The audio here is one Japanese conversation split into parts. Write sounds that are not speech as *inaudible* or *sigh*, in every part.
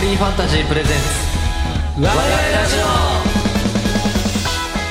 リーファンタジープレゼンツ我々ラジ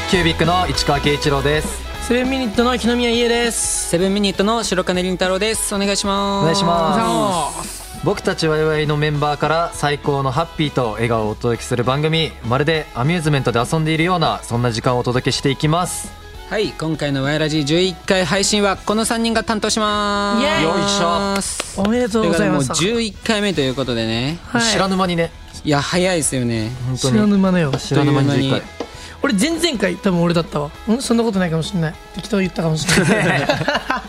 オキュービックの市川圭一郎ですセブンミニットの木宮家です。セブンミニットの白金凛太郎です。お願いしまおす。願いします僕たち我々のメンバーから最高のハッピーと笑顔をお届けする番組まるでアミューズメントで遊んでいるようなそんな時間をお届けしていきますはい、今回のワイラジ11回配信はこの3人が担当します。イエーイよいしょ。おめでとといううごこざといでもうます。 11回目ということでね。知らぬぬ間にねいや、早いですよね。本当知らにぬ間のよ。知らぬ間に11回俺前々回多分俺だったわ。うんそんなことないかもしれない。適当言ったかもしれない。う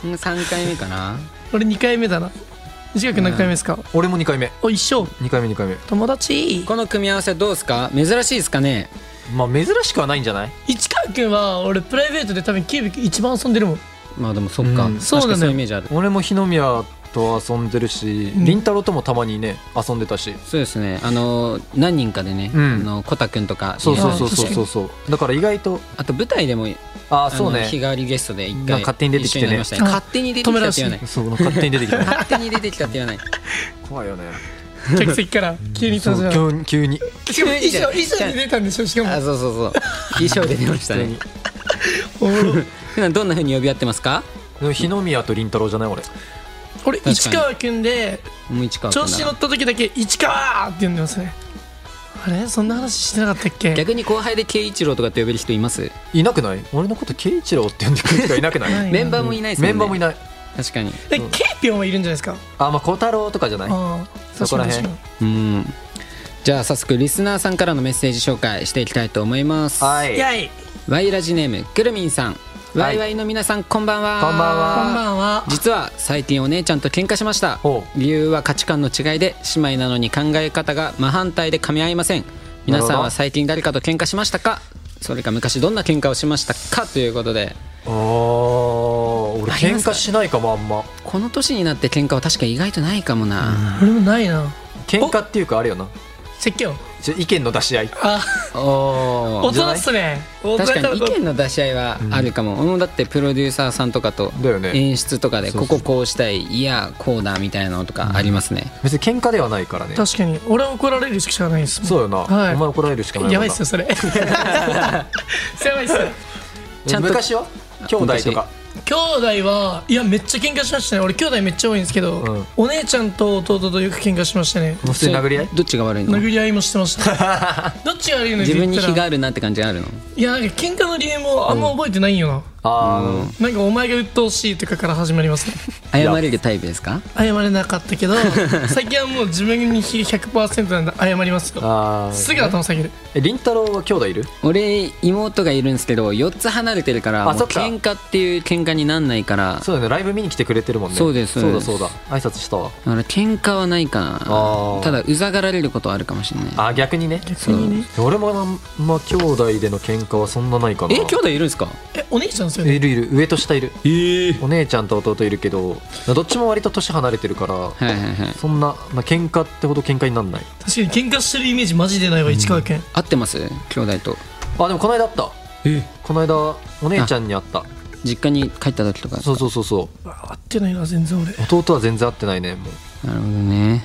ん3回目かな。俺二回目だな。短く何回目ですか。俺も2回目お一緒。 2回目2回目友達。この組み合わせどうですか珍しいですかねまあ珍しくはないんじゃない市川くんは俺プライベートで多分キュービック一番遊んでるもん。まあでもそっか。うんそうなの確かよにそういうイメージある。俺も日宮と遊んでるしん凛太郎ともたまにね遊んでたしそうですね。あの、何人かでね、うんあの、コタくんとか、そうそうそういやそうそうそうだから意外とあと舞台でも、あああのそうね日替わりゲストで一なんか回、勝手に出てきてね一緒になりましたうん勝手に出てきたって言わない。そう勝手に出てきたね勝手に出てきたって言わない。 *laughs* 怖いよね客席から急にそ登う場。急に急にしかも衣装衣装で出たんでしょ。しか *laughs* あ、も。そうそうそう。衣装で出ました急ねに。おもろ普段どんな風に呼び合ってますか？でも日宮と凛太郎じゃない俺俺かに市川くんでもう一川調子乗った時だけ「市川!」って呼んでますねあれそんな話してなかったっけ逆に後輩で慶一郎とかって呼べる人います？いなくない俺のこと圭一郎って呼んでくる人がいなくなないいメンバーもいないですもんね。メンバーもいなないい。確かに。でケイピョンはいるんじゃないですかあまあ小太郎とかじゃないあそあこら辺確かにうん。じゃあ早速リスナーさんからのメッセージ紹介していきたいと思います。は確かいにやいワイラジネームくるみんさん。ワイワイの皆さんこんばんは。こんばんはこんばんは実は最近お姉ちゃんと喧嘩しましたほ理由は価値観の違いで姉妹なのに考え方が真反対で噛み合いません皆なるさんほどは最近誰かと喧嘩しましたかそれか昔どんな喧嘩をしましたかということであー俺あり喧ますか嘩しないかもあんまこの年になって喧嘩は確か意外とないかもな、俺もないな喧嘩っていうかあれよな説教ちょ意見の出し合いあお大ー人っすね大人確かに意だ見の出し合いはあるかも、うん、だってプロデューサーさんとかとだよね演出とかでそうこそうここうしたいいやこうだみたいなのとかありますね、別に喧嘩ではないからね確かに俺は怒られるしかないですもんそうよな、はいお前怒られるしかないやばいっっすよそれ *laughs* やばいっすよちゃんと昔は兄弟とか兄弟はいやめっちゃ喧嘩しましたね俺兄弟めっちゃ多いんですけど、うんお姉ちゃんと弟とよく喧嘩しましたねもう普通に殴り合いそれどっちが悪いの殴り合いもしてました *laughs* どっちが悪いの自分に言非ったがらあるなって感じがあるのいやなんか喧嘩の理由もあんま覚えてないんよな、あー、なんかお前が鬱陶しいとかから始まりますね謝れるタイプですか謝れなかったけど *laughs* 最近はもう自分に非100%なんで謝りますよあーすぐ頭下げるえ凛太郎は兄弟いる俺妹がいるんですけど4つ離れてるからあもうそっか喧嘩っていう喧嘩になんないからそうだねライブ見に来てくれてるもんねそうですそそううだでそすうだ挨拶したわだから喧嘩はないかなーただうざがられることはあるかもしれないあ逆にね俺もあんま兄弟での喧嘩はそんなないかなえ兄弟いるんですかえお姉ちゃんですよねいるいる上と下いるええお姉ちゃんと弟いるけどどっちも割と年離れてるから、はいはいはいそんな、まあ、喧嘩ってほど喧嘩になんない確かに喧嘩してるイメージマジでないわ市川君合ってます兄弟とあでもこの間あったこの間お姉ちゃんに会った実家に帰った時とかそうそうそうそうわ合ってないな全然俺う弟は全然会ってないねもうなるほどね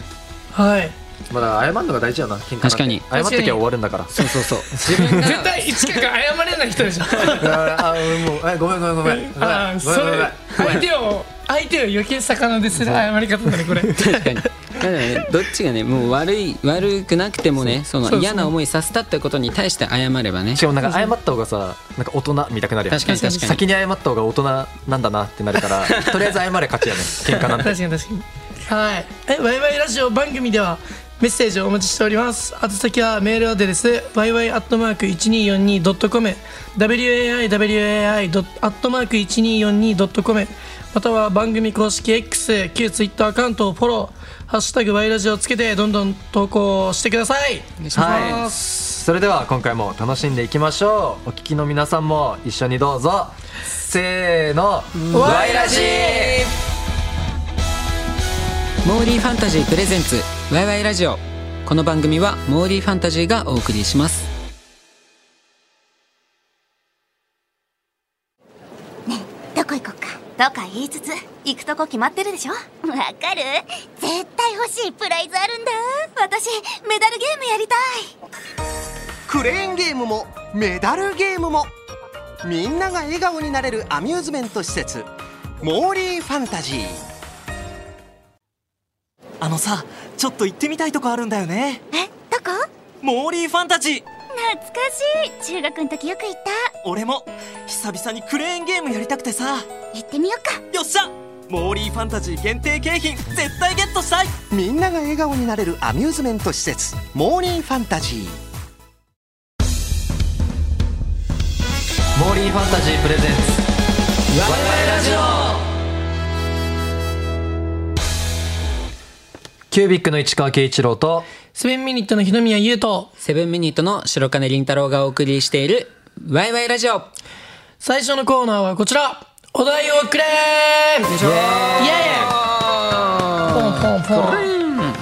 はいまだ謝るのが大事やな喧嘩なんて確かに謝っときゃ終わるんだからそうそうそう *laughs* 自分が絶対市川君謝れない人で *laughs* しょあ俺もうあごめんごめんごめんごめんごめんごめあーそんごめんれ相手を相手を余計魚でする謝り方だねこれ確かにだからねどっちがねもう悪い悪くなくてもねそそうそのう嫌な思いさせたってことに対して謝ればねしかもなんか謝った方がさなんか大人見たくなるやん確かに確かに先に謝った方が大人なんだなってなるから *laughs* とりあえず謝れ勝ちやね喧嘩なんて確かに確かにはいえワイワイラジオ番組ではメッセージをお待ちしております宛先はメールアドレス yy.1242.com waiwai.1242.com または番組公式 X 旧 Twitter アカウントをフォロー「ハッシュタグワイラジオ」をつけてどんどん投稿してくださいお願いしはまいす、それでは今回も楽しんでいきましょうお聞きの皆さんも一緒にどうぞせーのワイラジモーリーファンタジープレゼンツワイワイラジオこの番組はモーリーファンタジーがお送りしますねえどこ行こうかとか言いつつ行くとこ決まってるでしょわかる絶対欲しいプライズあるんだ私メダルゲームやりたいクレーンゲームもメダルゲームもみんなが笑顔になれるアミューズメント施設モーリーファンタジーあのさちょっと行ってみたいとこあるんだよねえどこモーリーファンタジー懐かしい中学の時よく行った俺も久々にクレーンゲームやりたくてさ行ってみよっかよっしゃモーリーファンタジー限定景品絶対ゲットしたいみんなが笑顔になれるアミューズメント施設モーリーファンタジーモーリーファンタジープレゼンツワイワイラジオキュービックの市川圭一郎とセブンミニットの日野宮優斗セブンミニットの白金凛太郎がお送りしているワイワイラジオ最初のコーナーはこちらお題をくれーイエーイポンポンポン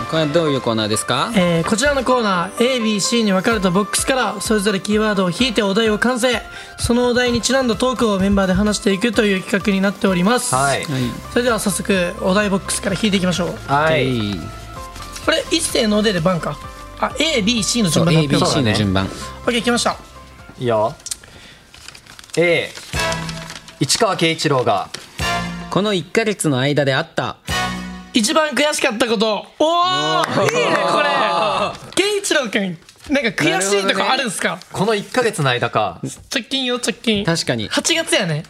これはどういうコーナーですかえーこちらのコーナー ABC に分かれたボックスからそれぞれキーワードを引いてお題を完成そのお題にちなんだトークをメンバーで話していくという企画になっております、はいそれでは早速お題ボックスから引いていきましょうはいこれ一斉のおでで番かあ ABC の順番発表 ABC の順番、 OK 来ましたいいよ A 市川圭一郎がこの1ヶ月の間であった一番悔しかったことおおいいねこれ健一郎君なんか悔しいとこあるんすか、この1か月の間か直近よ直近確かに8月やね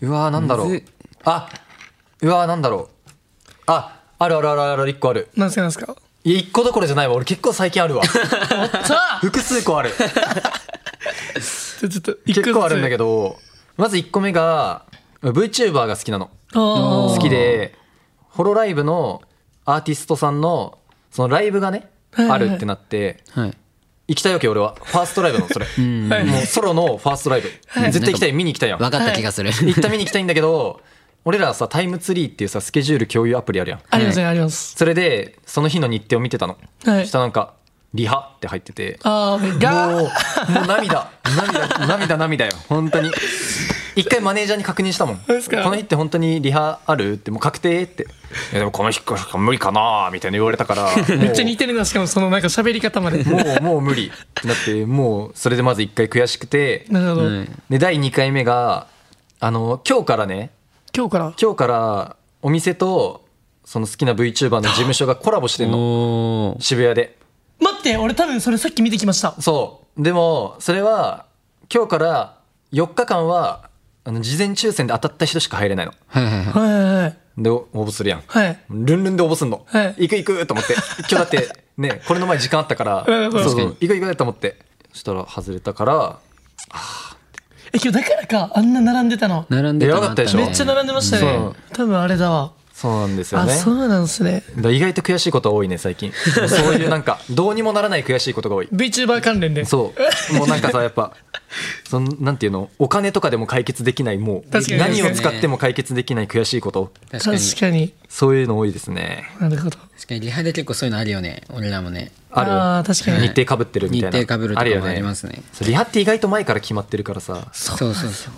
うわーなんだろむうずあうわーなんだろうああるあるあるある1個あるなんすかなんすかいや1個どころじゃないわ俺結構最近あるわさあ複数個あるちょっと結構あるんだけどどまず1個目が VTuber が好きなの好好きでホロライブのアーティストさんのそのライブがねはいはあいはいるってなってはい行きたいわけよ俺はファーストライブのそれもはい、うソロのファーストライブ絶対行きたい見に行きたいやん分行かった気がする、 *laughs* った見 *laughs* に行きたいんだけど俺らさタイムツリーっていうさスケジュール共有アプリあるやんありますねありますそれでその日の日程を見てたのはいしたらなんかリハって入っててあーもうがもう涙涙涙涙よ本当に一回マネージャーに確認したもんこですかの日って本当にリハあるってもう確定っていやでもこの日しか無理かなみたいな言われたから *laughs* めっちゃ似てるなしかもそのなんか喋り方までもうもう無理ってなってもうそれでまず一回悔しくてなるほど、はいで第2回目があの今日からね今日から今日からお店とその好きな VTuber の事務所がコラボしてん *laughs* のおー渋谷で待って俺多分それさっき見てきましたそうでもそれは今日から4日間はあの事前抽選で当たった人しか入れないのはいはいはいはいはいはいで応募するやんはいルンルンで応募すんの、はい行く行くと思って今日だってねこれの前時間あったから *laughs* うんそう確そかうに行く行くと思ってそしたら外れたからえ今日だからかあんな並んでたの並んでやばかったでしょめっちゃ並んでましたそねう多分あれだわそうなんですよあねそうなんですねだから意外と悔しいことは多いね最近そういうなんかどうにもならない悔しいことが多い VTuber 関連で *laughs* そうもうなんかさやっぱそのなんていうのお金とかでも解決できないも確かうに何を使っても解決できない悔しいこと確か確にかにそういうの多いですねなるほど確かにリハで結構そういうのあるよね俺らもねあるあー確かに日程かぶってるみたいな日程被るとかもるよありますねそうリハって意外と前から決まってるからさそうそうそう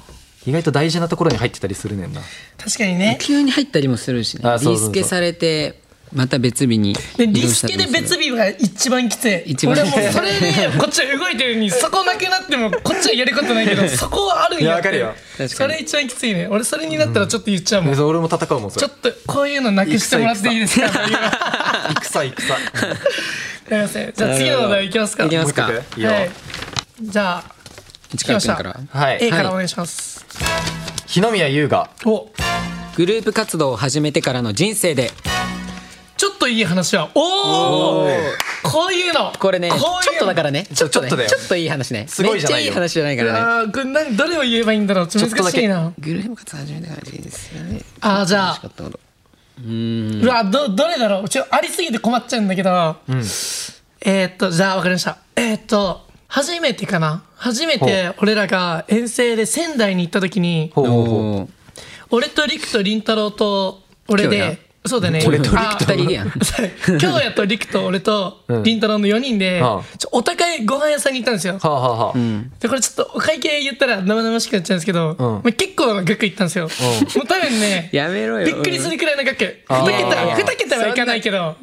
意外と大事なところに入ってたりするねんな確かにね急に入ったりもするし、ねあ、そうリそうそスうケされてまた別日にで移リ動しスたりケもでする別日が一番きつい一番きつい俺もうそれでこっちは動いてる *laughs* のにそこなくなってもこっちはやることないけどそこはあるんやっていやわかるよそれ一番きついね俺それになったらちょっと言っちゃうもん、でちょそう俺も戦うもんそれっとこういうのなくしてもらっていいですかっていうわ戦戦 *laughs* かりませんじゃあ次のお題いきますかいきますもう一か回いいよはい、じゃあ市川君からは A いからお願いします、日宮優がおグループ活動を始めてからの人生でちょっといい話はおおこういうのこれねちょこういうのっとだからねちょっとねちょっとだよちょっといい話ねすごいじゃないよめっちゃいい話じゃないからねあーこれ何どれを言えばいいんだろうょっとだ難けしいなグループ活動を始めてからの人生でねあーじゃあちょっと待ってうわどどれだろうちょありすぎて困っちゃうんだけど、えーっとじゃあ分かりましたえーっと初めてかな初めて俺らが遠征で仙台に行った時にほうほうほうおー俺と陸と凛太郎と俺今日やでそうだね俺と陸あ二人いるやん。今日やと陸と俺とうん凛太郎の4人で、はあちょお互いご飯屋さんに行ったんですよはあ、はあはあうん。でこれちょっとお会計言ったら生々しくなっちゃうんですけど、まあ、結構な額いったんですよ、もう多分ねやめろよ。びっくりするくらいの額2あー桁二桁はいかないけど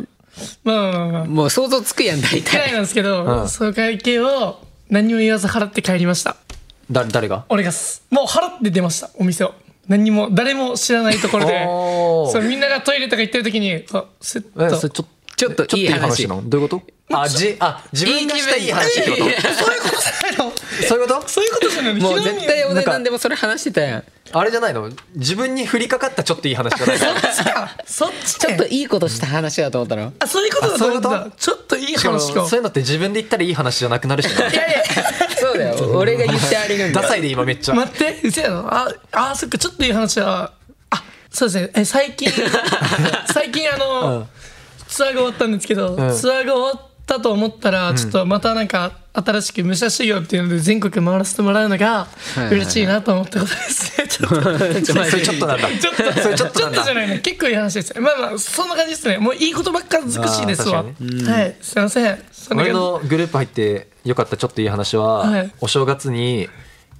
まあまあまあまあもう想像つくやん、 *laughs* 大くらい体。なんですけうどんその会計を何も言わず払って帰りましただ誰が俺がすもう払って出ましたお店を何にも誰も知らないところでおーそうみんながトイレとか行ってる時にそうスッえとそれちょちょっとちょっといいいい話話な。のどういうことあじあ自分がしたいい話ってこいい気分そういうことじゃないのとそういうこそういうことじゃないのもうひどいよ絶対お値段でもそれ話してたやん。 *laughs* とあれじゃないの自分に降りかかったちょっといい話じゃ *laughs* ないのそっちちょっねといいことした話だと思った *laughs* の。あそういうことだと思あっそういうたこちょっといいしかも話かそういうのって自分で言ったらいい話じゃなくなるしなそうだよ。俺が言ってあれなんだダよ。サいで今めっちゃ待って嘘やろああそっかちょっといい話はあそうですねえ最 *laughs* 近最近あうの、んツアーが終わったんですけど、んツアーが終わったと思ったら、ちょっとまたなんか新しく武者修行っていうので全国回らせてもらうのがいはい嬉しいなと思ったことですねちょっとちょっと待そっれてちょっとなんだちょっとそれちょっとちなょっんだとじゃないね結構いい話ですねまあまあそんな感じですねもういいことばっか尽くしいですわ、あーはいすいませんそんな俺感じのグループ入ってよかったちょっといい話は、はいお正月に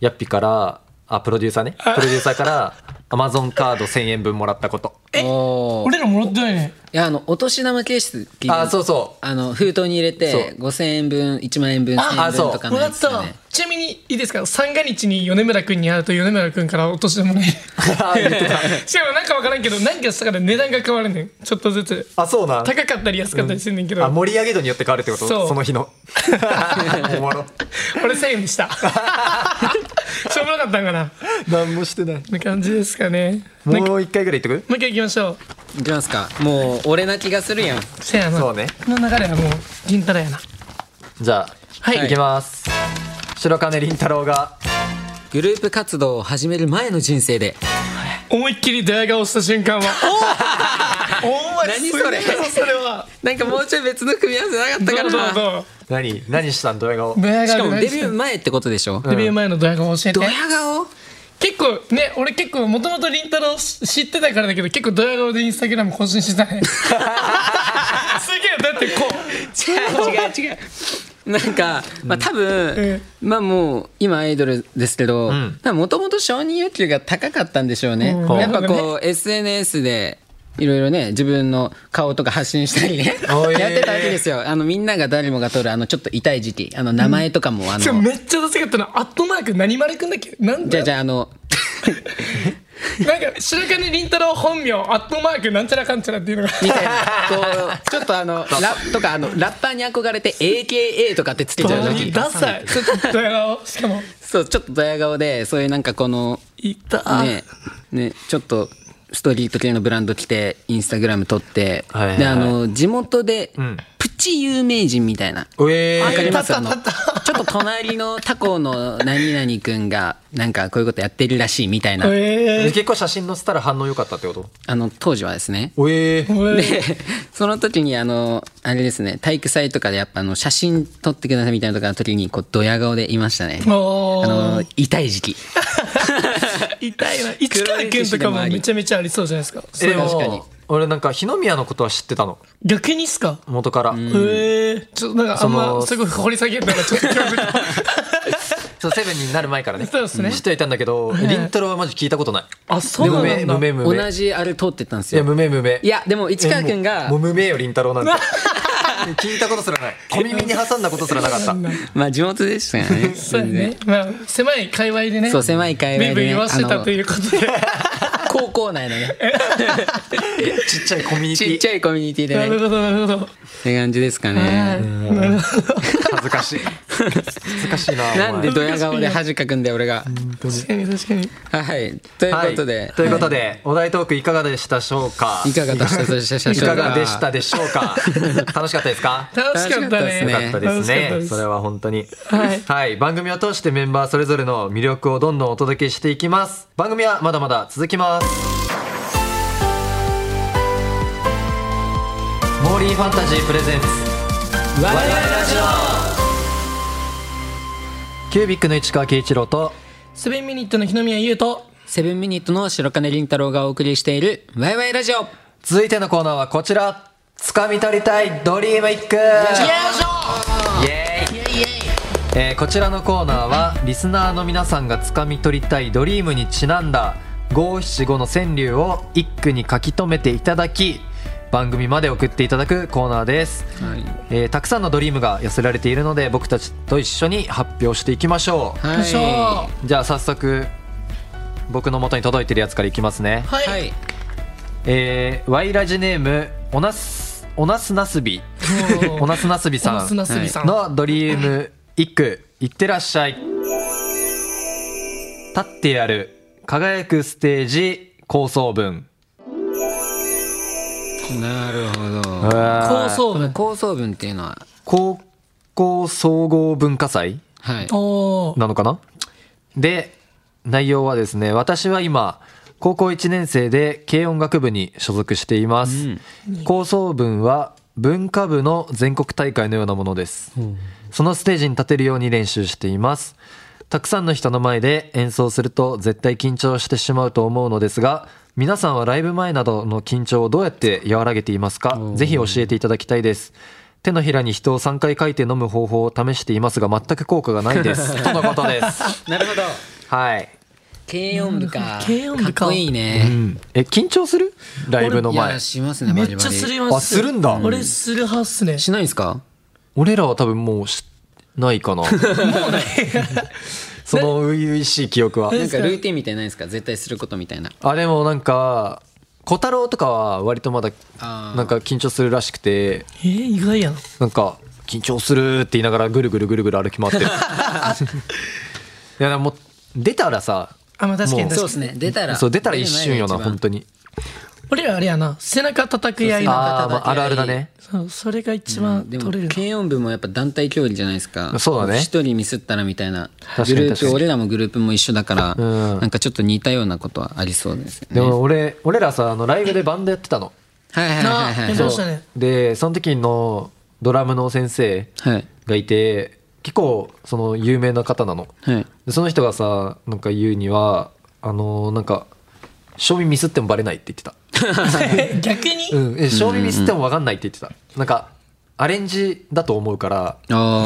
ヤッピからあプロデューサーねプロデューサーからアマゾンカード1000円分もらったことえおー俺らもらってないねいや、あの、お年玉形式。あそうそうあの、封筒に入れて、5000円分、1万円分、1000あ円分とかものらやっつただわね。ちなみにいいですか三が日に米村君に会うと米村君からお年玉ねあ *laughs* 言ってたしかもなんか分からんけど何かしたから値段が変わるねんちょっとずつあそうなん高かったり安かったりするねんけど、あ盛り上げ度によって変わるってことそそうの日 *laughs* のおもろ俺1000円でした *laughs* しょうもなかったんかな何もしてないな感じですかねなんかももう一回ぐらい言っとう一回行きましょういきますか。もう、俺な気がするやん。せやくなそうねこの流れはもう銀太郎やなじゃあはいいきます白金凛太郎がグループ活動を始める前の人生で。思いっきりドヤ顔した瞬間はおおお前何それすごいぞそれは *laughs* なんかもうちょい別の組み合わせなかったどかうどらうな。どう何何したんドヤ顔ドヤ顔しかもでデビ何しュたー前ってことでしょデビュー前のドヤ顔教えてドヤ顔結構ね俺結構もともとりんたろーし知ってたからだけど結構ドヤ顔でインスタグラム更新してた *laughs* ねすげえだってこう違う違う違うなんか、まあ、多分、まあもう今アイドルですけどんもともと承認欲求が高かったんでしょうね、うんやっぱこう SNS でいろいろね自分の顔とか発信したりね *laughs* おいやってたわけですよあのみんなが誰もが撮るあのちょっと痛い時期あの名前とかもあの、ちょめっちゃダサかったなアットマーク何丸くんだっけなんじゃあだじゃああのなんか白金りんたろー本名アットマークなんちゃらかんちゃらっていうのがみたいなこうち *laughs* ょっとあのラとかあのラッパーに憧れて AKA とかってつけちゃう時期ダサいちょっとドヤ顔しかもそうちょっとドヤ顔でそういうなんかこのいたねねちょっとストリート系のブランド着てインスタグラム撮って、はいはいはいであの地元でんプチ有名人みたいな、うえわかりますああいのたちあったあっょっと隣の他校の何々くんがなんかこういうことやってるらしいみたいな、えー結構写真載せたら反応良かったってことあの当時はですねおえーー、でその時にあのあれですね体育祭とかでやっぱあの写真撮ってくださいみたいなとかの時にこうドヤ顔でいましたねおーあの痛い時期痛いな市川君とかもめちゃめちゃありそうじゃないですかえで確かにも俺なんか日宮のことは知ってたの逆にっすか元からへえちょっとなんかあんそまのすごい掘り下げるのがちょっと興味ないそうセブンになる前からねそうですね知ってはいたんだけどりんたろーはマジ聞いたことないあそうなんだ無名無名無名同じあれ通ってたんですいやよ無名無名いやでも市川くんがもう無名よりんたろ *laughs* ーなんて聞いたことすらない小耳に挟んだことすらなかったまあ地元でしたよね。そうやねまあ狭い界隈でねそう狭い界隈でねブイブイ言わせてあたのということで高校内のね、ちっちゃいコミュニテ *laughs* ちっィちゃいコミュニティで *laughs* なるね。ほどなるほどって感じですかね。恥ずかしい恥ずかしいなお前なんでドヤ顔で恥かくんだよ俺が。確かに確かにはい。ということではい、ということでお題トークいかがでしたでしょうかいかがでしたでしょうかいかがでしたでしょう *laughs* か楽しかったですか楽し楽しかかったったですよねねかったです楽しかったねですそれは本当にはい番組を通してメンバーそれぞれの魅力をどんどんお届けしていきます番組はまだまだ続きますモーリーファンタジープレゼンツ我々ラジキュービックの市川圭一郎とセブンミニットの日宮優とオセブンミニットの白金凛太郎がお送りしているワイワイラジオ。続いてのコーナーはこちら掴み取りたいドリーム一句イエーイえーこちらのコーナーはリスナーの皆さんが掴み取りたいドリームにちなんだ五七五の川柳を一句に書き留めていただき番組まで送っていただくコーナーです、はいえーたくさんのドリームが寄せられているので僕たちと一緒に発表していきましょう、はいよいしょはじゃあ早速僕の元に届いてるやつからいきますねい、はいえーワイラジネームおなすおなすなすびも *laughs* うおなすなすびおさなすんなすびさん、のドリーム一句いってらっしゃい立ってやる輝くステージ構想文なるほど構構想この文構想文っていうのは高校総合文化祭はいおーなのかなで内容はですね私は今高校1年生で軽音楽部に所属しています、構想文は文化部の全国大会のようなものです、そのステージに立てるように練習していますたくさんの人の前で演奏すると絶対緊張してしまうと思うのですが皆さんはライブ前などの緊張をどうやって和らげていますかぜひ教えていただきたいです手のひらに人を3回書いて飲む方法を試していますが全く効果がないです *laughs* とのことですなるほどはい、軽音部か軽音部かかっこいいうねん、え緊張するライブのい前やしますねめバっリバちゃリするますあするんだ俺する派っすねしないんすか俺らは多分もうしないかな *laughs* もうないその初々しい記憶はなんかルーティンみたいないんすか絶対することみたいなあでもなんか小太郎とかは割とまだあーなんか緊張するらしくてえー、意外やななんか緊張するって言いながらぐるぐるぐるぐる歩き回ってるいやでも出たらさあまあ確かにもうそ確うかでにすね出たらそう出たら一瞬よな本当にに俺らあれやな背中叩くやいなあー、まあ、あるあるだねそうそれが一番でも取れるな軽音部もやっぱ団体競技じゃないですかそうだね一人ミスったらみたいなかにグルー確かにプ俺らもグループも一緒だからうんなんかちょっと似たようなことはありそうですよでねも俺俺らさあのライブでバンドやってたのはいはいはいなあはいやってそまうしたねでその時のドラムの先生はいがいて結構その有名な方なのはいでその人がさなんか言うにはあのーなんか賞味ミスってもバレないって言ってた、逆に、うん、え賞味ミスっても分かんないって言ってた、なんかアレンジだと思うからあ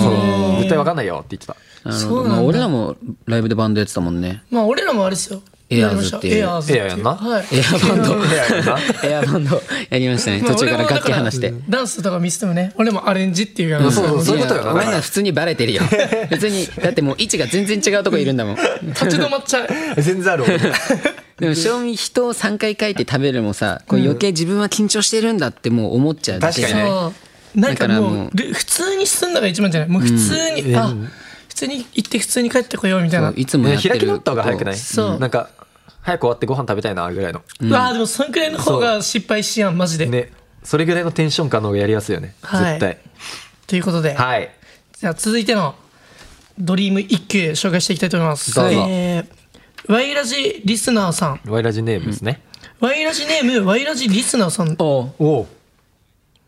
絶対分かんないよって言ってたあなるそほうどなんだまあ俺らもライブでバンドやってたもんねまあ俺らもあれですよエアーズっていうやりましたエエアーズっていうアやんなはいエアバンドいやいやなエアバンド *laughs* やりましたねまあ途中から楽器離して俺もだらダンスとか見せてもね俺もアレンジっていうか、そうそうそういうことよやな俺ら普通にバレて *laughs* るよ別にだってもう位置が全然違うとこいるんだもん立ち止まっちゃう *laughs* 全然あるでも賞味人を3回書いて食べるもさこう余計自分は緊張してるんだってもう思っちゃうだけじゃない確そうなんかもだうからもうル普通に進んだが一番じゃないもう普通に、あ普通に行って普通に帰ってこようみたいなそういつもやってる開き直った方が早くないそうなんか早く終わってご飯食べたいなぐらいのうわあでもそんくらいの方が失敗しやんマジで、ねそれぐらいのテンション感の方がやりやすいよね、は絶い対ということで、はいじゃあ続いてのドリーム一球紹介していきたいと思いますどうぞえーワイラジリスナーさんワイラジネームですね、ワイラジネームワイラジリスナーさんおうおお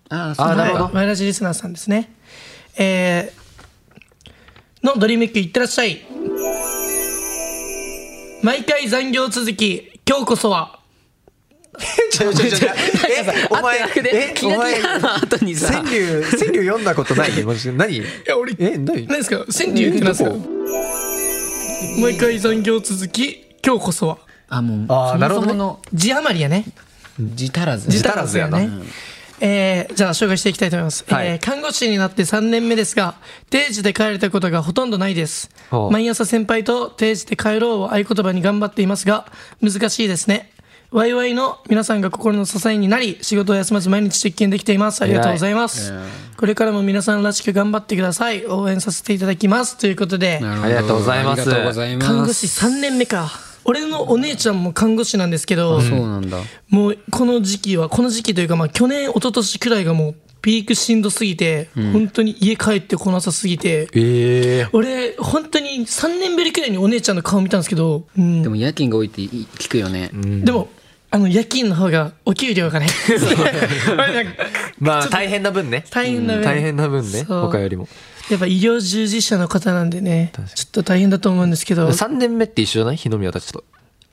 ああそうあなるほど、マイナジリスナーさんですね。えー、のドリームックいってらっしゃい。毎回残業続き、今日こそは、ちょちょ *laughs* ちょえお前えキおラ前キラの後にさ川柳川柳読んだことない *laughs* マジで何や俺え何何ですか川柳ってなんですかどこ毎回残業続き、今日こそは。あもうあーそなもるほそどねもの字余りやね。自足らず自足らずやな自足らずやねえーじゃあ紹介していきたいと思います、はいえー看護師になって3年目ですが定時で帰れたことがほとんどないですほう毎朝先輩と定時で帰ろうを合言葉に頑張っていますが難しいですねワイワイの皆さんが心の支えになり仕事を休まず毎日出勤できていますありがとうございますこれからも皆さんらしく頑張ってください応援させていただきますということでなるほどありがとうございますありがとうございます看護師3年目か俺のお姉ちゃんも看護師なんですけど、そうなんだもうこの時期はこの時期というかまあ去年一昨年くらいがもうピークしんどすぎて、本当に家帰ってこなさすぎてええ俺本当に3年ぶりくらいにお姉ちゃんの顔見たんですけど、うんでも夜勤が多いって聞くよねでもあの夜勤の方がお給料 *laughs* がね俺なんかまあ大変な分ね大変な分うん大変な分ねそう他よりもやっぱ医療従事者の方なんでねちょっと大変だと思うんですけど3年目って一緒じゃない日の宮たちと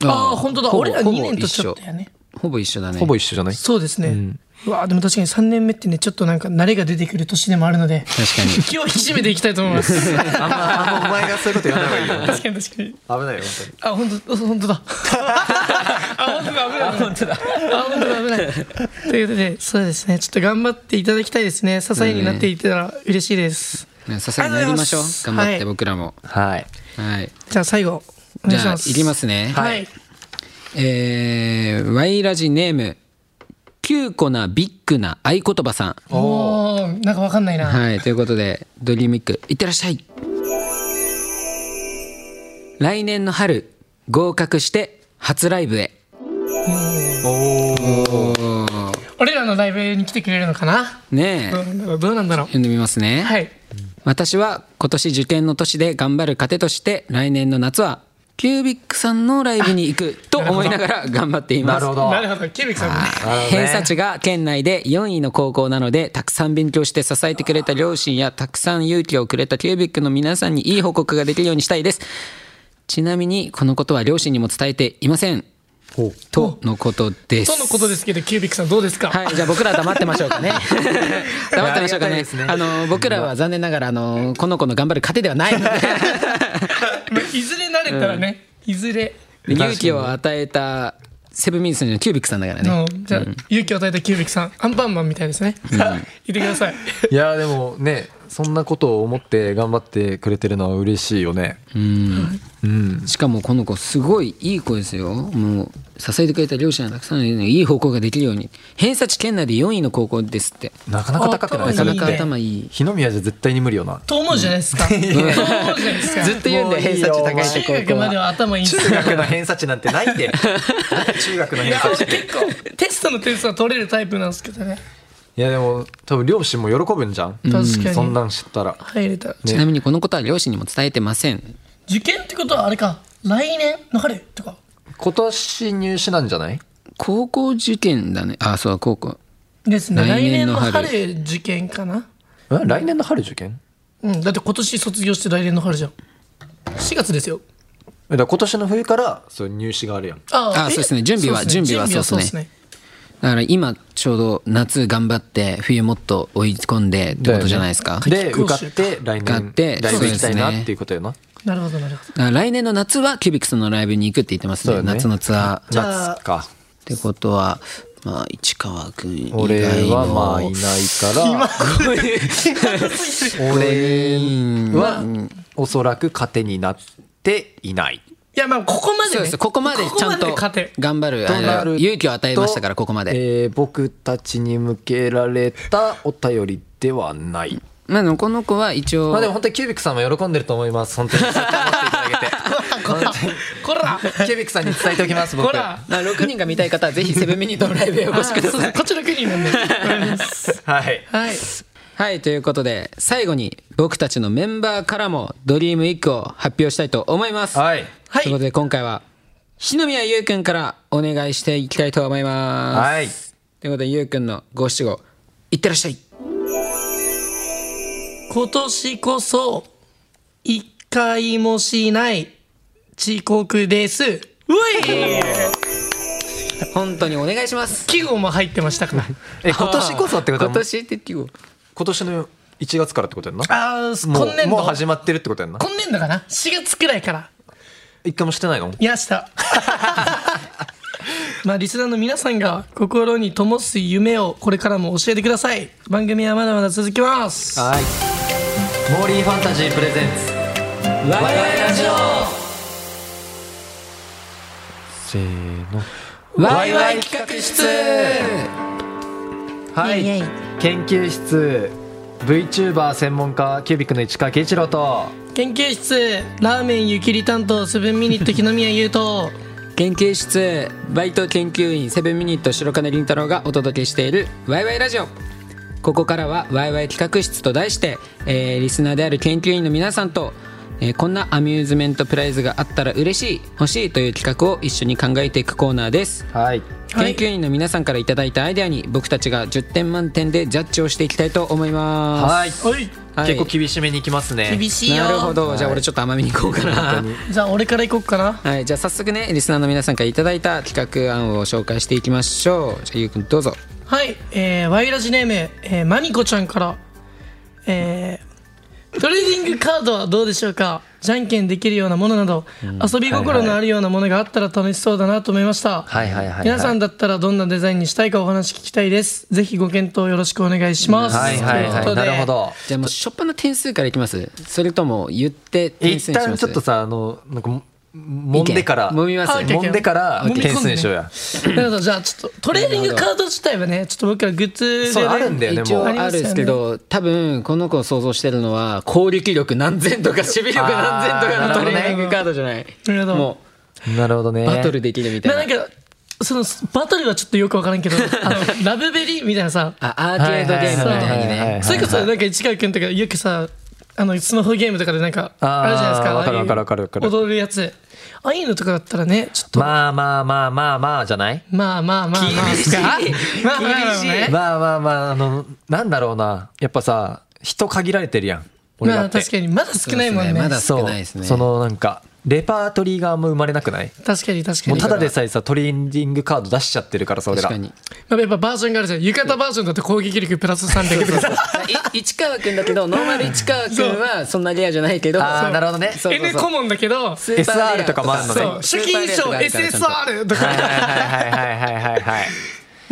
ああ本当だほぼ俺ら2ほぼ年とちょっとやねほぼ一緒だねほぼ一緒じゃないそうですね、うわあでも確かに3年目ってねちょっとなんか慣れが出てくる年でもあるので確かに気を引き締めていきたいと思います確かあんまあんまお前がそういうこと言わない方がいいよ *laughs* に確かに危ないよ本当にあ、本当、本 *laughs* 当だ。あ、本当だ、危ない。あ、本当だ。あ、本当だ、危ない。ということで、そうですね。ちょっと頑張っていただきたいですね。支えになっていたら嬉しいです。ね支えになりましょう頑ありがとうございます張っはいて僕らもはいはいじゃあ、最後。おじ願いしゃあまいす。きますねはい。えー、ワイラジネームキューコなビッグな合言葉さんおおー、なんかわかんないな。はい、ということで、ドリームイック、いってらっしゃい来年の春、合格して、初ライブへ。俺らのライブに来てくれるのかな。ねえ、うんどうなんだろ読んでみますね。う。はい。私は、今年受験の年で頑張る糧として、来年の夏は、キュービックさんのライブに行くと思いながら頑張っていまなす。るほどなるほど、ケビックさんもね。偏差値が県内で4位の高校なのでたくさん勉強して支えてくれた両親やたくさん勇気をくれたキュービックの皆さんにいい報告ができるようにしたいですちなみにこのことは両親にも伝えていませんとのことですとのことですけど、キュービックさんどうですか。はい、じゃあ僕らは黙ってましょう *laughs* かね。黙ってましょういやありがたかいね。ですねあの僕らは残念ながらあのこの子の頑張る糧ではないので、まあ *laughs* いずれ慣れたらね。いずれ。勇気を与えたセブンミンスのキュービックさんだからね。の、じゃあ、勇気を与えたキュービックさん、アンパンマンみたいですね。 *laughs* はいいてください。いやーでもねそんなことを思って頑張ってくれてるのは嬉しいよねしかもこの子すごいいい子ですよもう支えてくれた両親がたくさんいるのにいい報告ができるように偏差値圏内で4位の高校ですってなかなか高くないあなですかかなかいいね頭いい日の宮じゃ絶対に無理よなと思うじゃないですか。と思うじゃないですか。ずっと言うんだもようい偏いよ差値高いって中学高校まではは頭いいんですよ学の偏差値なんてないって中学のいや俺結構テストの点数は取れるタイプなんですけどねいやでも多分両親も喜ぶんじゃん確かにそんなん知ったら入れたらちなみにこのことは両親にも伝えてません受験ってことはあれか来年の春とか今年入試なんじゃない高校受験だねあそう高校ですね来来年年のの春春受験かなうん来年の春受験うんだって今年卒業して来年の春じゃん4月ですよえだから今年の冬からそう入試があるやんああえそうですね準備はそうです準ね備はそうですねだから今ちょうど夏頑張って冬もっと追い込んでってことじゃないですかだかで受かって来受か年って来年行きたいそうですなねっていうことよななるほどなるほどら来年の夏はキュービックスのライブに行くって言ってますそうねだね夏のツアーじゃあ夏かってことは、まあ、市川君以外俺はまあいのないから *laughs* 俺はおそらく糧になっていないいやまあここまでねそうですここまでちゃんこことまで勝て頑張るとなあるのと勇気を与えましたからここまで、えー僕たちに向けられたお便りではないまあでもこの子は一応、まあでも本当にキュービックさんも喜んでると思います本当にそうやって思っていただけてこらキュービックさんに伝えておきます僕こらまあ6人が見たい方はぜひセブンミニットのライブへお越しくださいあこっち6人なんでわかりますはいはいはいということで最後に僕たちのメンバーからもドリームイックを発表したいと思いますはいはいということで今回は篠宮優くんからお願いしていきたいと思いますはいということで優くんの五七五いってらっしゃい今年こそ一回もしない遅刻ですうい本当にお願いします季語も入ってましたからえ今年こそってことは今年って季語今年の1月からってことやんなあーも今年うもう度始まってるってことやんな今年度かな4月くらいから一回もしてないのいやした *laughs* まあリスナーの皆さんが心に灯す夢をこれからも教えてください番組はまだまだ続きますはいモーリーファンタジープレゼンツワイワイラジせーのオワイワイ企画室はい研究室 VTuber 専門家キュービックの市川圭一郎と研究室ラーメン湯切り担当セブンミニット木の宮優斗研究室バイト研究員セブンミニット白金凛太郎がお届けしているワイワイラジオここからはワイワイ企画室と題して、えーリスナーである研究員の皆さんと、えーこんなアミューズメントプライズがあったら嬉しい欲しいという企画を一緒に考えていくコーナーですはいはい研究員の皆さんからいただいたアイデアに僕たちが10点満点でジャッジをしていきたいと思いますはい、はいはい結構厳しめにいきますね厳しいよなるほど、じゃあ俺ちょっと甘みに行こうかなじゃあ俺から行こうかなはいじゃあ早速ねリスナーの皆さんからいただいた企画案を紹介していきましょうじゃあゆうくんどうぞはい、えー、ワイラジネーム、えー、マニコちゃんからえー、トレーディングカードはどうでしょうかじゃんけんできるようなものなど、遊び心のあるようなものがあったら楽しそうだなと思いました、はいはいはいはい皆さんだったらどんなデザインにしたいかお話聞きたいですぜひご検討よろしくお願いします、はいはいというこはいとなでるほどじゃあもう初っ端の点数からいきますそれとも言って点数一にしま旦ちすょっとさあのなんかも揉んでから揉みますあ OK 揉んでから揉み込んでね点数にしようやなるほどじゃあちょっとトレーディングカード自体はねちょっと僕らグッズそうであるんだよね一も応うりまあするよねんですけど、多分この子を想像してるのは攻撃力何千とか守備力何千とかのあートレーニングカードじゃないなるほどもなるほどねうバトルできるみたいなななんかそのバトルはちょっとよく分からんけどあのラブベリーみたいなさあアーケードゲームみたいにね、はいはいはいはいそれこそなんか市川君とかよくさあのスマホゲームとかでなんかあーあるじゃないですかわかるああいうわかるわかるわかる踊るやつああいうのとかだったらねちょっとままあまあまあまあまあじゃないあまあまあまあ厳しいまあまあまあねまあまあまああのなんだろうなやっぱさ人限られてるやん俺まらあって確かにまだ少ないもそうですんねねまだそう少ないですねそのなんかレパートリーがあんま生まれなくない確かに確かもうにただでさえさトレーディングカード出しちゃってるからさ俺確らかにまあやっぱバージョンがあるじゃん浴衣バージョンだと攻撃力プラス300とかさい市川君だけどノーマル市川君はそんなレアじゃないけどああなるほどねそうそうそう N コモンだけどスーパーレア SR とかもあるのねそうス初ーパー期レアと印象かあるからちゃんと SSR とはいかはいはいはいはいはいはい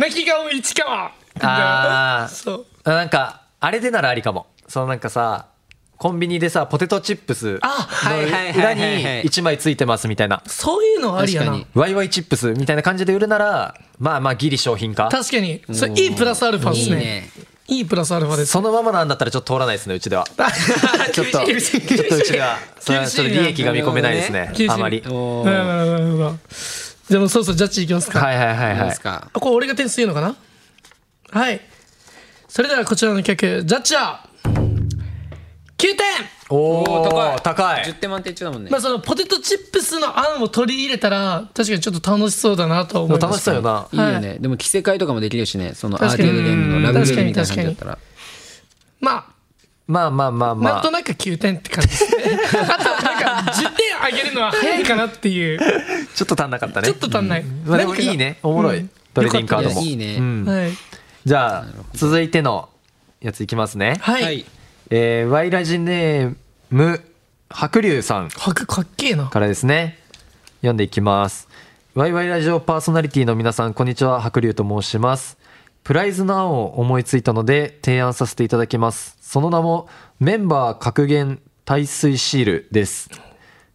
泣き顔市川あーそうあ *laughs* なんかあれでならありかもそのなんかさコンビニでさポテトチップスのあはいはいは裏いにはいはい1枚ついてますみたいなそういうのはありやな確かにワイワイチップスみたいな感じで売るならまあまあギリ商品化確かにそれいいプラスアルファでいすいねねいいプラスアルファですそのままなんだったらちょっと通らないですねうち *laughs* ではちょっと厳しいちょっとうちではそれはちょっと利益が見込めないですね厳しいあまりはおなるほどなるほどじゃあもうそうそうジャッジいきますか、いはいはいどうはでいすかあこれ俺が点数言うのかなはいそれではこちらの曲ジャッジは9点おおおー高い10点満点中だもんねまあそのポテトチップスの案を取り入れたら確かにちょっと楽しそうだなとは思いま楽しすそうよないいよねでも着せ替えとかもできるしねそのアー確ケかーにドゲームのラブゲームみたいな感じだったらままあまあまああなんまとなく9点って感じですね *laughs* あとなんか10点あげるのは早いかなっていうあちょっと足んなかったねちょっと足んない、まあでもいいねおもろういんトレーディングカードもいやいいねうんはいじゃあ続いてのやついきますねはい、えーワイラジネーム白龍さんはくかっけえなからですね読んでいきますワイワイラジオパーソナリティの皆さんこんにちは白龍と申しますプライズの案を思いついたので提案させていただきますその名もメンバー格言耐水シールです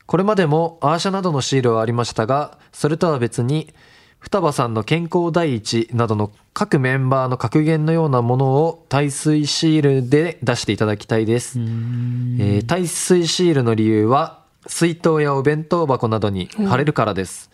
これまでもアーシャなどのシールはありましたがそれとは別に双葉さんの健康第一などの各メンバーの格言のようなものを耐水シールで出していただきたいですえー耐水シールの理由は水筒やお弁当箱などに貼れるからです、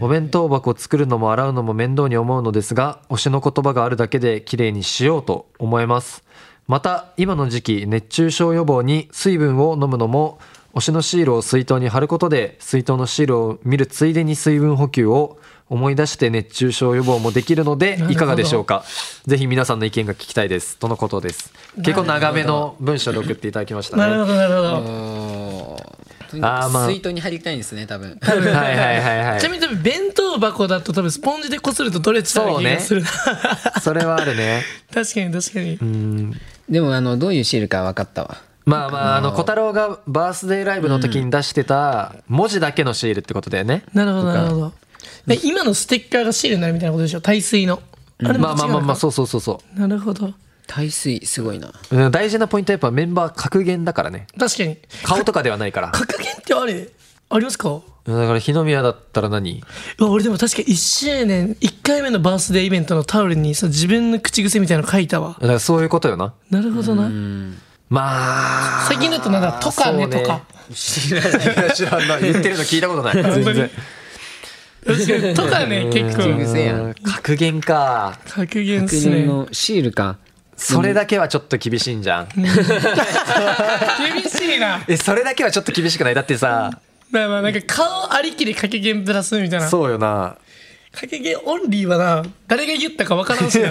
お弁当箱を作るのも洗うのも面倒に思うのですが推しの言葉があるだけで綺麗にしようと思いますまた今の時期熱中症予防に水分を飲むのも推しのシールを水筒に貼ることで水筒のシールを見るついでに水分補給を思い出して熱中症予防もできるのでるほどいかがでしょうかぜひ皆さんの意見が聞きたいですとのことです結構長めの文章で送っていただきましたねなるほどなるほど、とにかあーまあく水筒に貼りたいんですね多分 *laughs* はいはいはいは *laughs* ちなみい。に多分弁当箱だと多分スポンジでこすると取れちゃう気がするな、それはあるね。 *laughs* 確かに確かに、でもあのどういうシールか分かったわまあまあ、あの、小太郎がバースデーライブの時に出してた文字だけのシールってことだよね。なるほどなるほどで今のステッカーがシールになるみたいなことでしょ耐水のあれもまあまあまあまあ、違うのかそうそうそうそなるほど耐水すごいなう。うん大事なポイントはやっぱメンバー格言だからね。確かに顔とかではないから。格言ってあれありますかだから、日の宮だったら何うわ俺でも確か1周年1回目のバースデーイベントのタオルにさ自分の口癖みたいなの書いたわだからそういうことよな。なるほどなまあ。最近だとなんだ「とかね」とか知ら *laughs* ない。知らない。言ってるの聞いた *laughs* ことない。全然。確かに「とかね」結構癖やうん格言か。格言っ確すね認のシールかそれだけはちょっと厳しいんじゃん。厳しいなえ、それだけはちょっと厳しくないだってさ、まあまあなんか顔ありきで掛け弦プラスみたいなそうよな。掛け毛オンリーはな、誰が言ったか分からん *laughs* しな。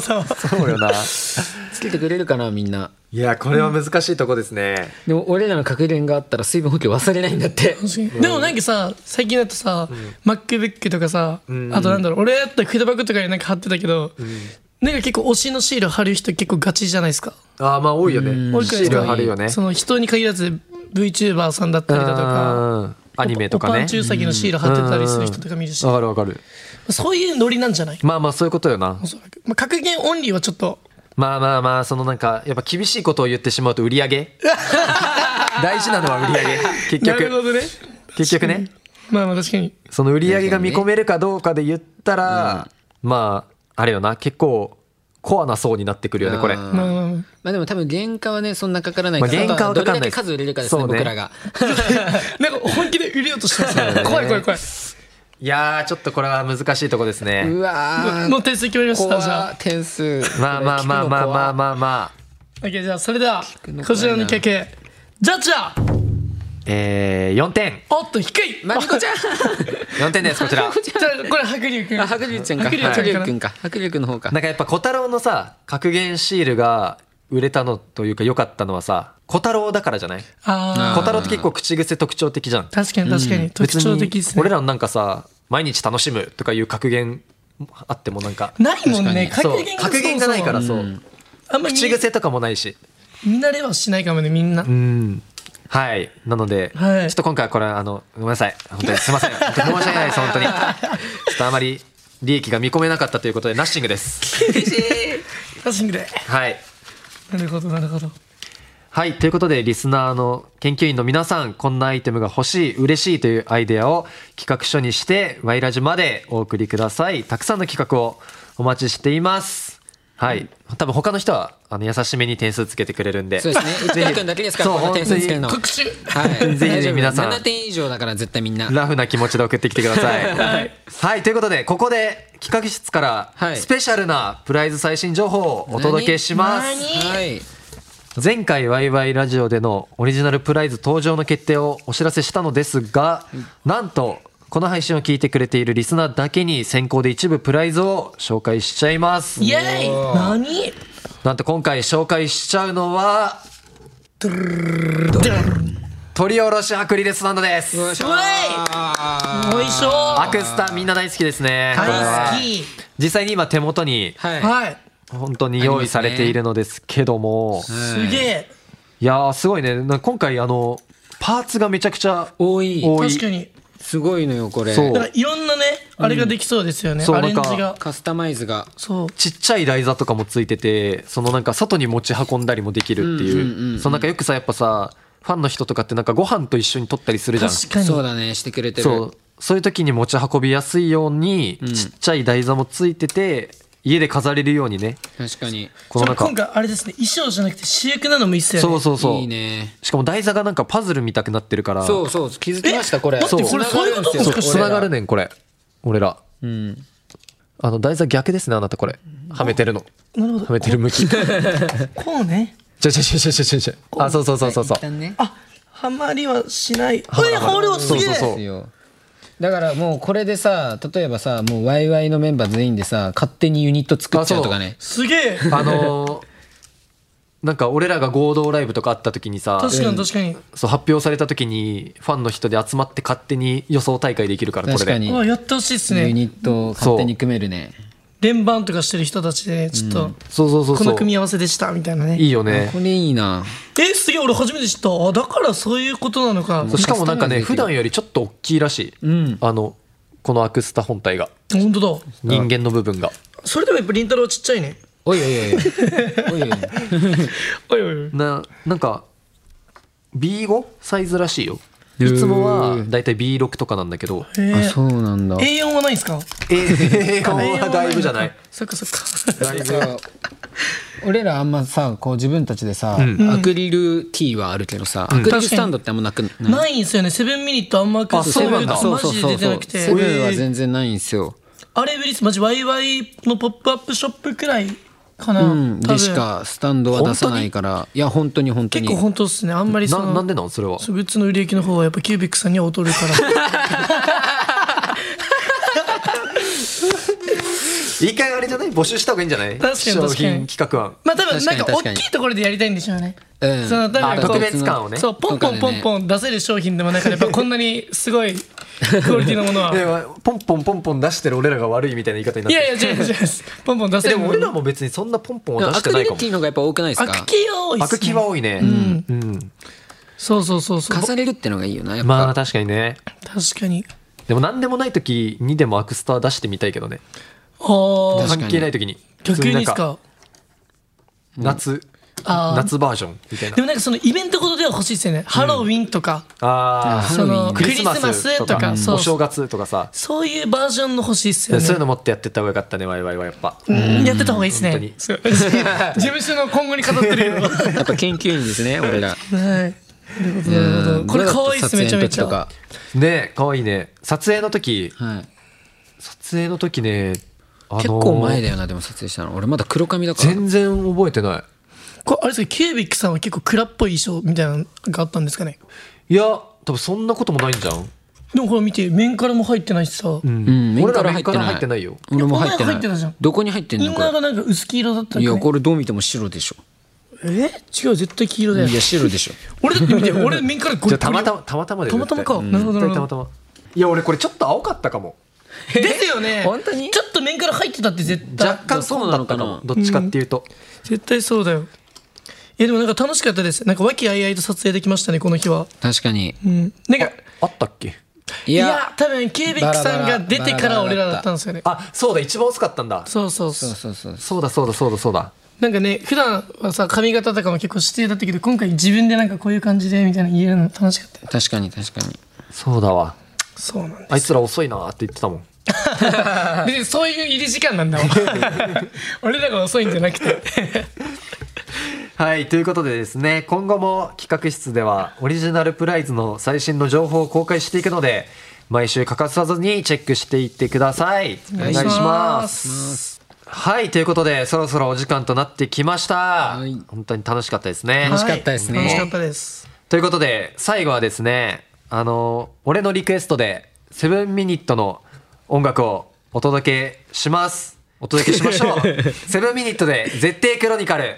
そうよな。つけてくれるかなみんないや、これは難しいとこですね。でも俺らの格言があったら水分補給忘れないんだって *laughs* でもなんかさ最近だとさ、マックベックとかさ、あとなんだろう俺やったらフィードバックとかになんか貼ってたけど、なんか結構推しのシール貼る人結構ガチじゃないですか。ああ、まあ多いよね。多いくらいシーですルか貼るよね。その人に限らず VTuber さんだったりだとか。うんアニメとかおぱねん。ちゅうさぎのシール貼ってたりする人とか見るし、わかるわかる。そういうノリなんじゃないまあまあそういうことよなお。そらく。まあ、格言オンリーはちょっと、まあまあまあ、そのなんか、やっぱ厳しいことを言ってしまうと売り上 *laughs* げ。大事なのは売り上げ。結なるほ局、どね。結局ね。まあまあ確かに。その売り上げが見込めるかどうかで言ったら、まあ、あれよな、結構、コアな層になってくるよね、これ。あまあまあ *laughs* まあまあでも多分原価はねそんなかからないから、まあ原価はかかんないどれだけ数売れるかですねそうね僕らがなんか本気で売れようとしてますだねね。怖い怖い怖い。いやー、ちょっとこれは難しいとこですね。うわーもう点数決まりました。じゃ怖あい。点数まあまあまあまあまああまあまあ。 OK じゃあそれでのは怖いなこちらの経験ジャッジだえー、4点。おっと低い *laughs* まみこちゃん4点です、こちら。じゃあこれ白龍君あ *laughs* 白龍ちゃんか白龍ちゃんかな白龍君か白龍君の方かなんかやっぱ小太郎のさ、格言シールが売れたのというか良かったのはさ、小太郎だからじゃないあ小太郎って結構口癖特徴的じゃん。ー確かに確かに特徴的です俺ねらのなんかさ、毎日楽しむとかいう格言あってもなんか、ないもんねそう格言が格言がないからそそう、もそもあんまり口癖とかもないし。見慣れはしないかもねみんなうん。はい。なので、はいちょっと今回はこれ、あの、ごめんなさい。本当にすいませ *laughs* ん。本当に申し訳ないです、本当に。ちょっとあまり利益が見込めなかったということで、ナッシングです。ラシングではい。なるほどなるほどはい。ということで、リスナーの研究員の皆さん、こんなアイテムが欲しい、嬉しいというアイデアを企画書にして、ワイラジまでお送りください。たくさんの企画をお待ちしています。はい。多分他の人は、あの、優しめに点数つけてくれるんで。そうですね内川君だけですからそうこの点数つけるの特集はいぜひぜひ皆さん7点以上だから絶対みんなラフな気持ちで送ってきてください。はい、ということで、ここで企画室かはらいスペシャルなプライズ最新情報をお届けします。はい前回ワイワイラジオでのオリジナルプライズ登場の決定をお知らせしたのですが、なんと、この配信を聞いてくれているリスナーだけに先行で一部プライズを紹介しちゃいます。イエーイ何なんと今回紹介しちゃうのは、取りおろしアクリルスタンドです。よいしょうわいおいしょアクスタみんな大好きですね。これは大好き実際に今手元にはいはい本当に用意されているのですけども、すげえいやーすごいねなんか今回あのパーツがめちゃくちゃ多い多い確かにすごいのよこれそうだからいろんなねあれができそうですよねそうアレンジながカスタマイズがそうちっちゃい台座とかもついててそのなんか外に持ち運んだりもできるっていう,、そのなんかよくさやっぱさファンの人とかってなんかご飯と一緒に撮ったりするじゃん確かにそうだねしてくれてるそうそういう時に持ち運びやすいように、ちっちゃい台座もついてて家で飾れるようにね確かにこのなんか今回あれですね衣装じゃなくて主役なのもいいっすよねそうそうそういいねしかも台座がなんかパズルみたくなってるからそうそう気づきましたこれ待ってこれそういうこと繋がるんですよもしかしつてながるねんこれ俺らうんあの台座逆ですねあなたこれはめてるのなるほはめてる *laughs* 向きちょどこうねちょちょちょちょちょちょあそうそうそうそうそうねあはまりはしないほいはまりはすそうげそうえそですうよだからもうこれでさ例えばさもうワイワイのメンバー全員でさ勝手にユニット作っちゃうとかねすげえあのーなんか俺らが合同ライブとかあった時にさ確かに確かにそう発表された時にファンの人で集まって勝手に予想大会できるからこれ確かでにうわやってほしいっすユねニットを勝手に組めるね連番とかしてる人たちでねちょっとそうそうそうこそのう組み合わせでしたみたいなねいいよねこれいいなえすげえ俺初めて知ったあだからそういうことなのかそうしかもなんかねカス普タマ段よりちょっと大きいらしい、んあのこのアクスタ本体が本当だ人間の部分がそれでもやっぱりりんたろーちっちゃいねおいおいおいおいおいおいおいおいおいななんか B5 サイズらしいよいつもはだいたい B6 とかなんだけどえあーそうなんだ A4 はないんすか A4 はだいぶじゃないそっかそっかだいぶだから俺らあんまさこう自分たちでさ、アクリル T はあるけどさ、アクリルスタンドってあんまなくないないんすよねセブンミニットあんまあそうなんだマジで出てなくてセブンは全然ないんですよ、あれブリスマジワイワイのポップアップショップくらいかな、うん、多分でしかスタンドは出さないからいや本当に本当に結構本当っすねあんまりそなのなんでなんそれはそうグッズの売り行きの方はやっぱキュービックさんには劣るから一回あれじゃない募集した方がいいんじゃない確かに確かに商品企画案まあ多分確なかんにか確か大にきいところでやりたいんでしょうね。うんその多あ分こ特う別感をねそうポンポンポンポン出せる商品でもなければこんなにすごいクオリティのものは。 *laughs* でポンポンポンポン出してる俺らが悪いみたいな言い方になっいてるやいや違う違う違うです。ポンポン出えせでるもも俺のらも別にそんなポンポンではも出アしてクなリいかルもティのがやっぱ多くないですアかクキは多いっすね。アクキは多いね、うんそうそうそうそう。重ねるってのがいいよなやっぱ、まあ確かにね確かに。でも何でもない時にでもアクスター出してみたいけどねああ確かに関係ない時に逆にです普通になんか。か夏あー夏バージョンみたいなでもなんかそのイベントごとでは欲しいですよね。ハロウィンとか。あーそのクリスマクリスマススととかかそうお正月とかさそういうバージョンの欲しいっすよね。そういうの持ってやってった方がよかったねワイワイはやっぱうんやってた方がいいです本当にね。そう *laughs* 事務所の今後に語ってるよ。やっぱ研究員ですね *laughs* 俺らはい。なるほどなるほど。これ可愛いっすめちゃめ撮影の時ちとゃか。ね可愛いね撮影の時はい撮影の時ね、あのー結構前だよなでも撮影したの俺まだ黒髪だから全然覚えてないこれあれですかキュービックさんは結構蔵っぽい衣装みたいなのがあったんですかね。いや多分そんなこともないんじゃん、でもこれ見て面からも入ってないしさ。うん俺面らから面入っかてらない入ってないよ俺も入ってお前ら入ってたなじゃいんどこに入ってんイのンこナーれがなんか薄黄色だったいやよねこれどう見ても白でしょえ違う絶対黄色だよいや白でしょ俺だって見て俺面か *laughs* らゴじゃリあたまたゴまたまたまでたまたまか絶対なるほどなる絶対ほどたまたまいや俺これちょっと青かったかもリですよね *laughs* 本当にちょっと面から入ってたって絶対若干そうそうだなっのたかかなもどっちかっていうと、絶対そうだよいやでもなんか楽しかったですなんか和気あいあいと撮影できましたねこの日は確かにうんなんかあったっけい *laughs* いやや多分キュービックさんが出てから俺らだったんですよねあそうだ一番薄かったんだそうそうそうそうそうそうそうだそうだそうだそうだなんかね普段はさ髪型とかも結構指定だったけど今回自分でなんかこういう感じでみたいなの言えるの楽しかった確かに確かにそうだわそうなんだあいつら遅いなーって言ってたもん別にそういう入り時間な *laughs* んだお前俺らが遅いんじゃなくてはい、ということでですね、今後も企画室ではオリジナルプライズの最新の情報を公開していくので、毎週欠かさずにチェックしていってください。お願いします。はい、ということで、そろそろお時間となってきました。はい本当に楽しかったですね。楽しかったですね楽しかったです。ということで、最後はですね、あの、俺のリクエストで、セブンミニットの音楽をお届けします。お届けしましょ *laughs* う。セブンミニットで、絶対クロニカル。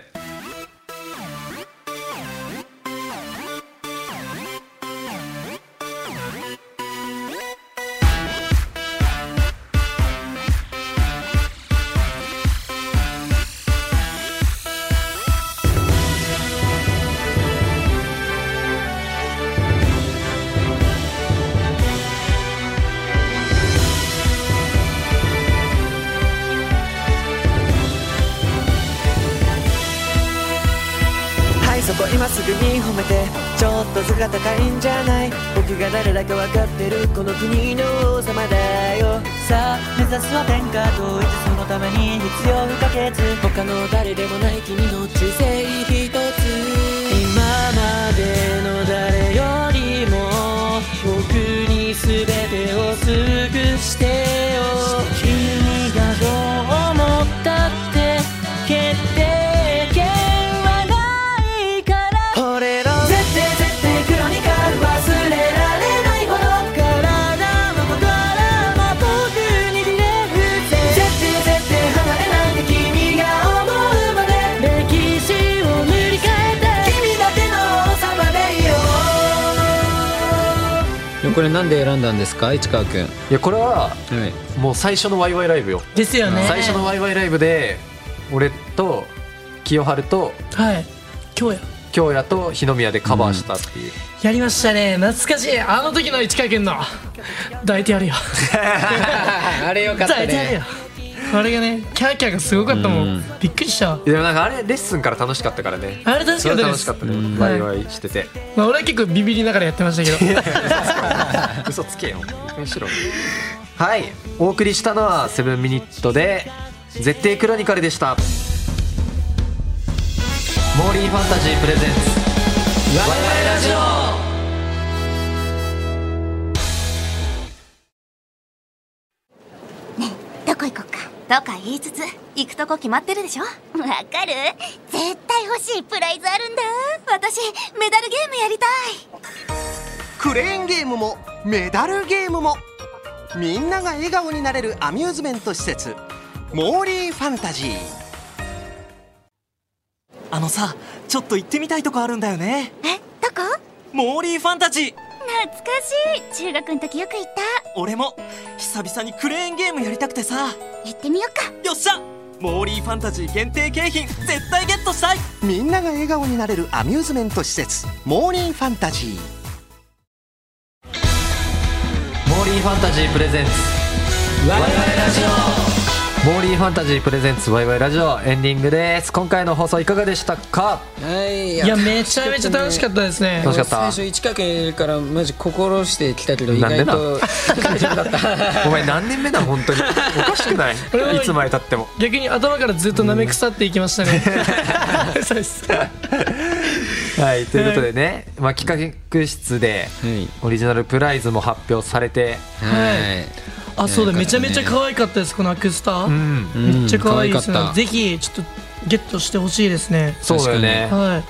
はいそこ今すぐに褒めてちょっと図が高いんじゃない僕が誰だか分かってるこの国の王様だよさあ目指すは天下統一そのために必要不可欠他の誰でもない君の忠誠一つ今までの誰よりも僕に全てを尽くしてよ君がどう思ったって決定権はないから俺の絶対絶対クロニカル忘れられないほど体も心も僕にリレー絶対絶対離れないで君が思うまで歴史を塗り替えて君だけの王様でいようでもこれなんで選んだんですか市川くんはいや、これは、もう最初のワイワイライブよ、ですよね。最初のワイワイライブで俺と清春とはい。今日や。京也と日宮でカバーしたっていう、やりましたね。懐かしい。あの時の市川君の。抱いてやるよ。あれよか抱いてやるよ。あれがね、キャーキャーがすごかったもうんん。びっくりしたわ。でもなんかあれレッスンから楽しかったからねあれ楽しそかっれたで楽しす。かったね、んワイワイしててまあ、俺は結構ビビりながらやってましたけど。嘘つけよむしろ *laughs* はいお送りしたのは「セブンミニットで「絶対クロニカル」でしたモーリーファンタジープレゼンツワイワイラジオどこ行こっかとか言いつつ、行くとこ決まってるでしょわかる絶対欲しいプライズあるんだ私、メダルゲームやりたいクレーンゲームもメダルゲームもみんなが笑顔になれるアミューズメント施設モーリーファンタジーあのさちょっと行ってみたいとこあるんだよねえどこモーリーファンタジー懐かしい中学の時よく行った俺も久々にクレーンゲームやりたくてさ行ってみよっかよっしゃモーリーファンタジー限定景品絶対ゲットしたいみんなが笑顔になれるアミューズメント施設モーリーファンタジーモーリーファンタジープレゼンツワイワイラジオモーリーファンタジープレゼンツワイワイラジオエンディングです今回の放送いかがでした *laughs* かはい、いいやめちゃめちゃ楽しかったですね楽しかった最初一角入れるからマジ心してきたけど意なんで外なと大丈夫だったお前何年目だ本当におかしく *laughs* ない俺はいつまでたっても逆に頭からずっと舐め腐っていきましたねそうですはいということでね、まあ、企画室ではいオリジナルプライズも発表されて *laughs* はいあそうだなんかねめちゃめちゃ可愛かったですこのアクスタうーんうんめっちゃ可愛いですね可愛かったぜひちょっとゲットしてほしいですねそうだよねは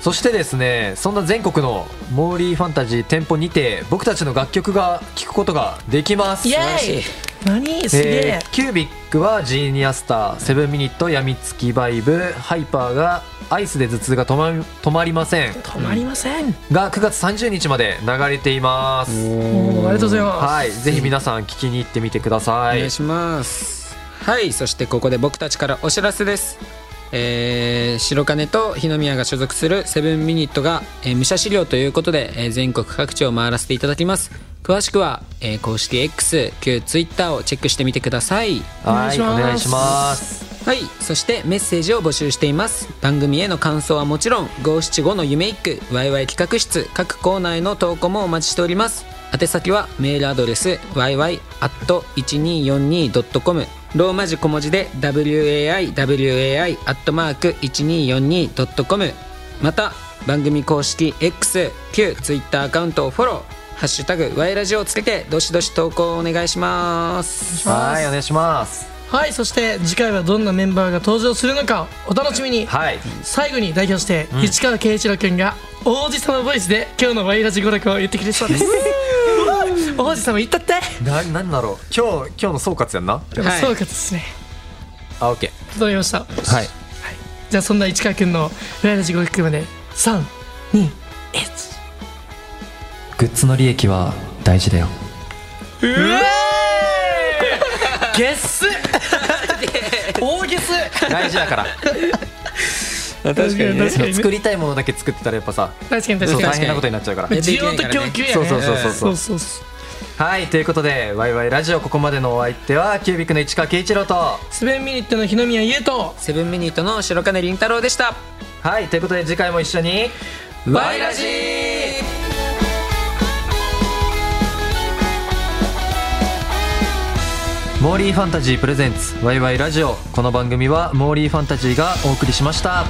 そしてですねそんな全国のモーリーファンタジー店舗にて僕たちの楽曲が聴くことができますいイエーイ何すげええーキュービックはジーニアスターセブンミニットやみつきバイブハイパーがアイスで頭痛が止ま止まりません止まりませんが9月30日まで流れていますおーありがとうございまはいぜひ皆さん聞きに行ってみてくださおい願いしますはいそしてここで僕たちからお知らせですえー白金と日の宮が所属するセブンミニットが、えー武者資料ということで、えー全国各地を回らせていただきます詳しくは、えー公式 X 旧 Twitter をチェックしてみてくださいはいおお願願いいししまますはいそしてメッセージを募集しています番組への感想はもちろん575の夢一句ワイワイ企画室各コーナーへの投稿もお待ちしております宛先はメールアドレス yy.1242.com ローマ字小文字で waiwai.1242.com また番組公式 X 旧 Twitter アカウントをフォロー「ハッシュタグワイラジオ」をつけてどしどし投稿をお願いしますすはいお願いしますすはいそして次回はどんなメンバーが登場するのかお楽しみにはい最後に代表して市川圭一郎君が王子様ボイスで今日のワイラジ娯楽を言ってくれそうです *laughs* 王子様言ったってななんだろう今日今日の総括やんなはいそうかですねあオッケ整いましたーはいじゃあそんな市川君のワイラジ娯楽まで321グッズの利益は大事だよゲッス *laughs* 大ゲス大事だから確かに *laughs* ねそう作りたいものだけ作ってたらやっぱさ確かに確そうか大に変なことになっちゃうからえ需要と供給やねそうそうそうそうそそううそうそうはいということでワイワイラジオここまでのお相手はキュービックの市川圭一郎とスベンミニットの日の宮優斗セブンミニットの白金凛太郎でしたはいということで次回も一緒にワイラジモーリーファンタジープレゼンツワイワイラジオこの番組はモーリーファンタジーがお送りしました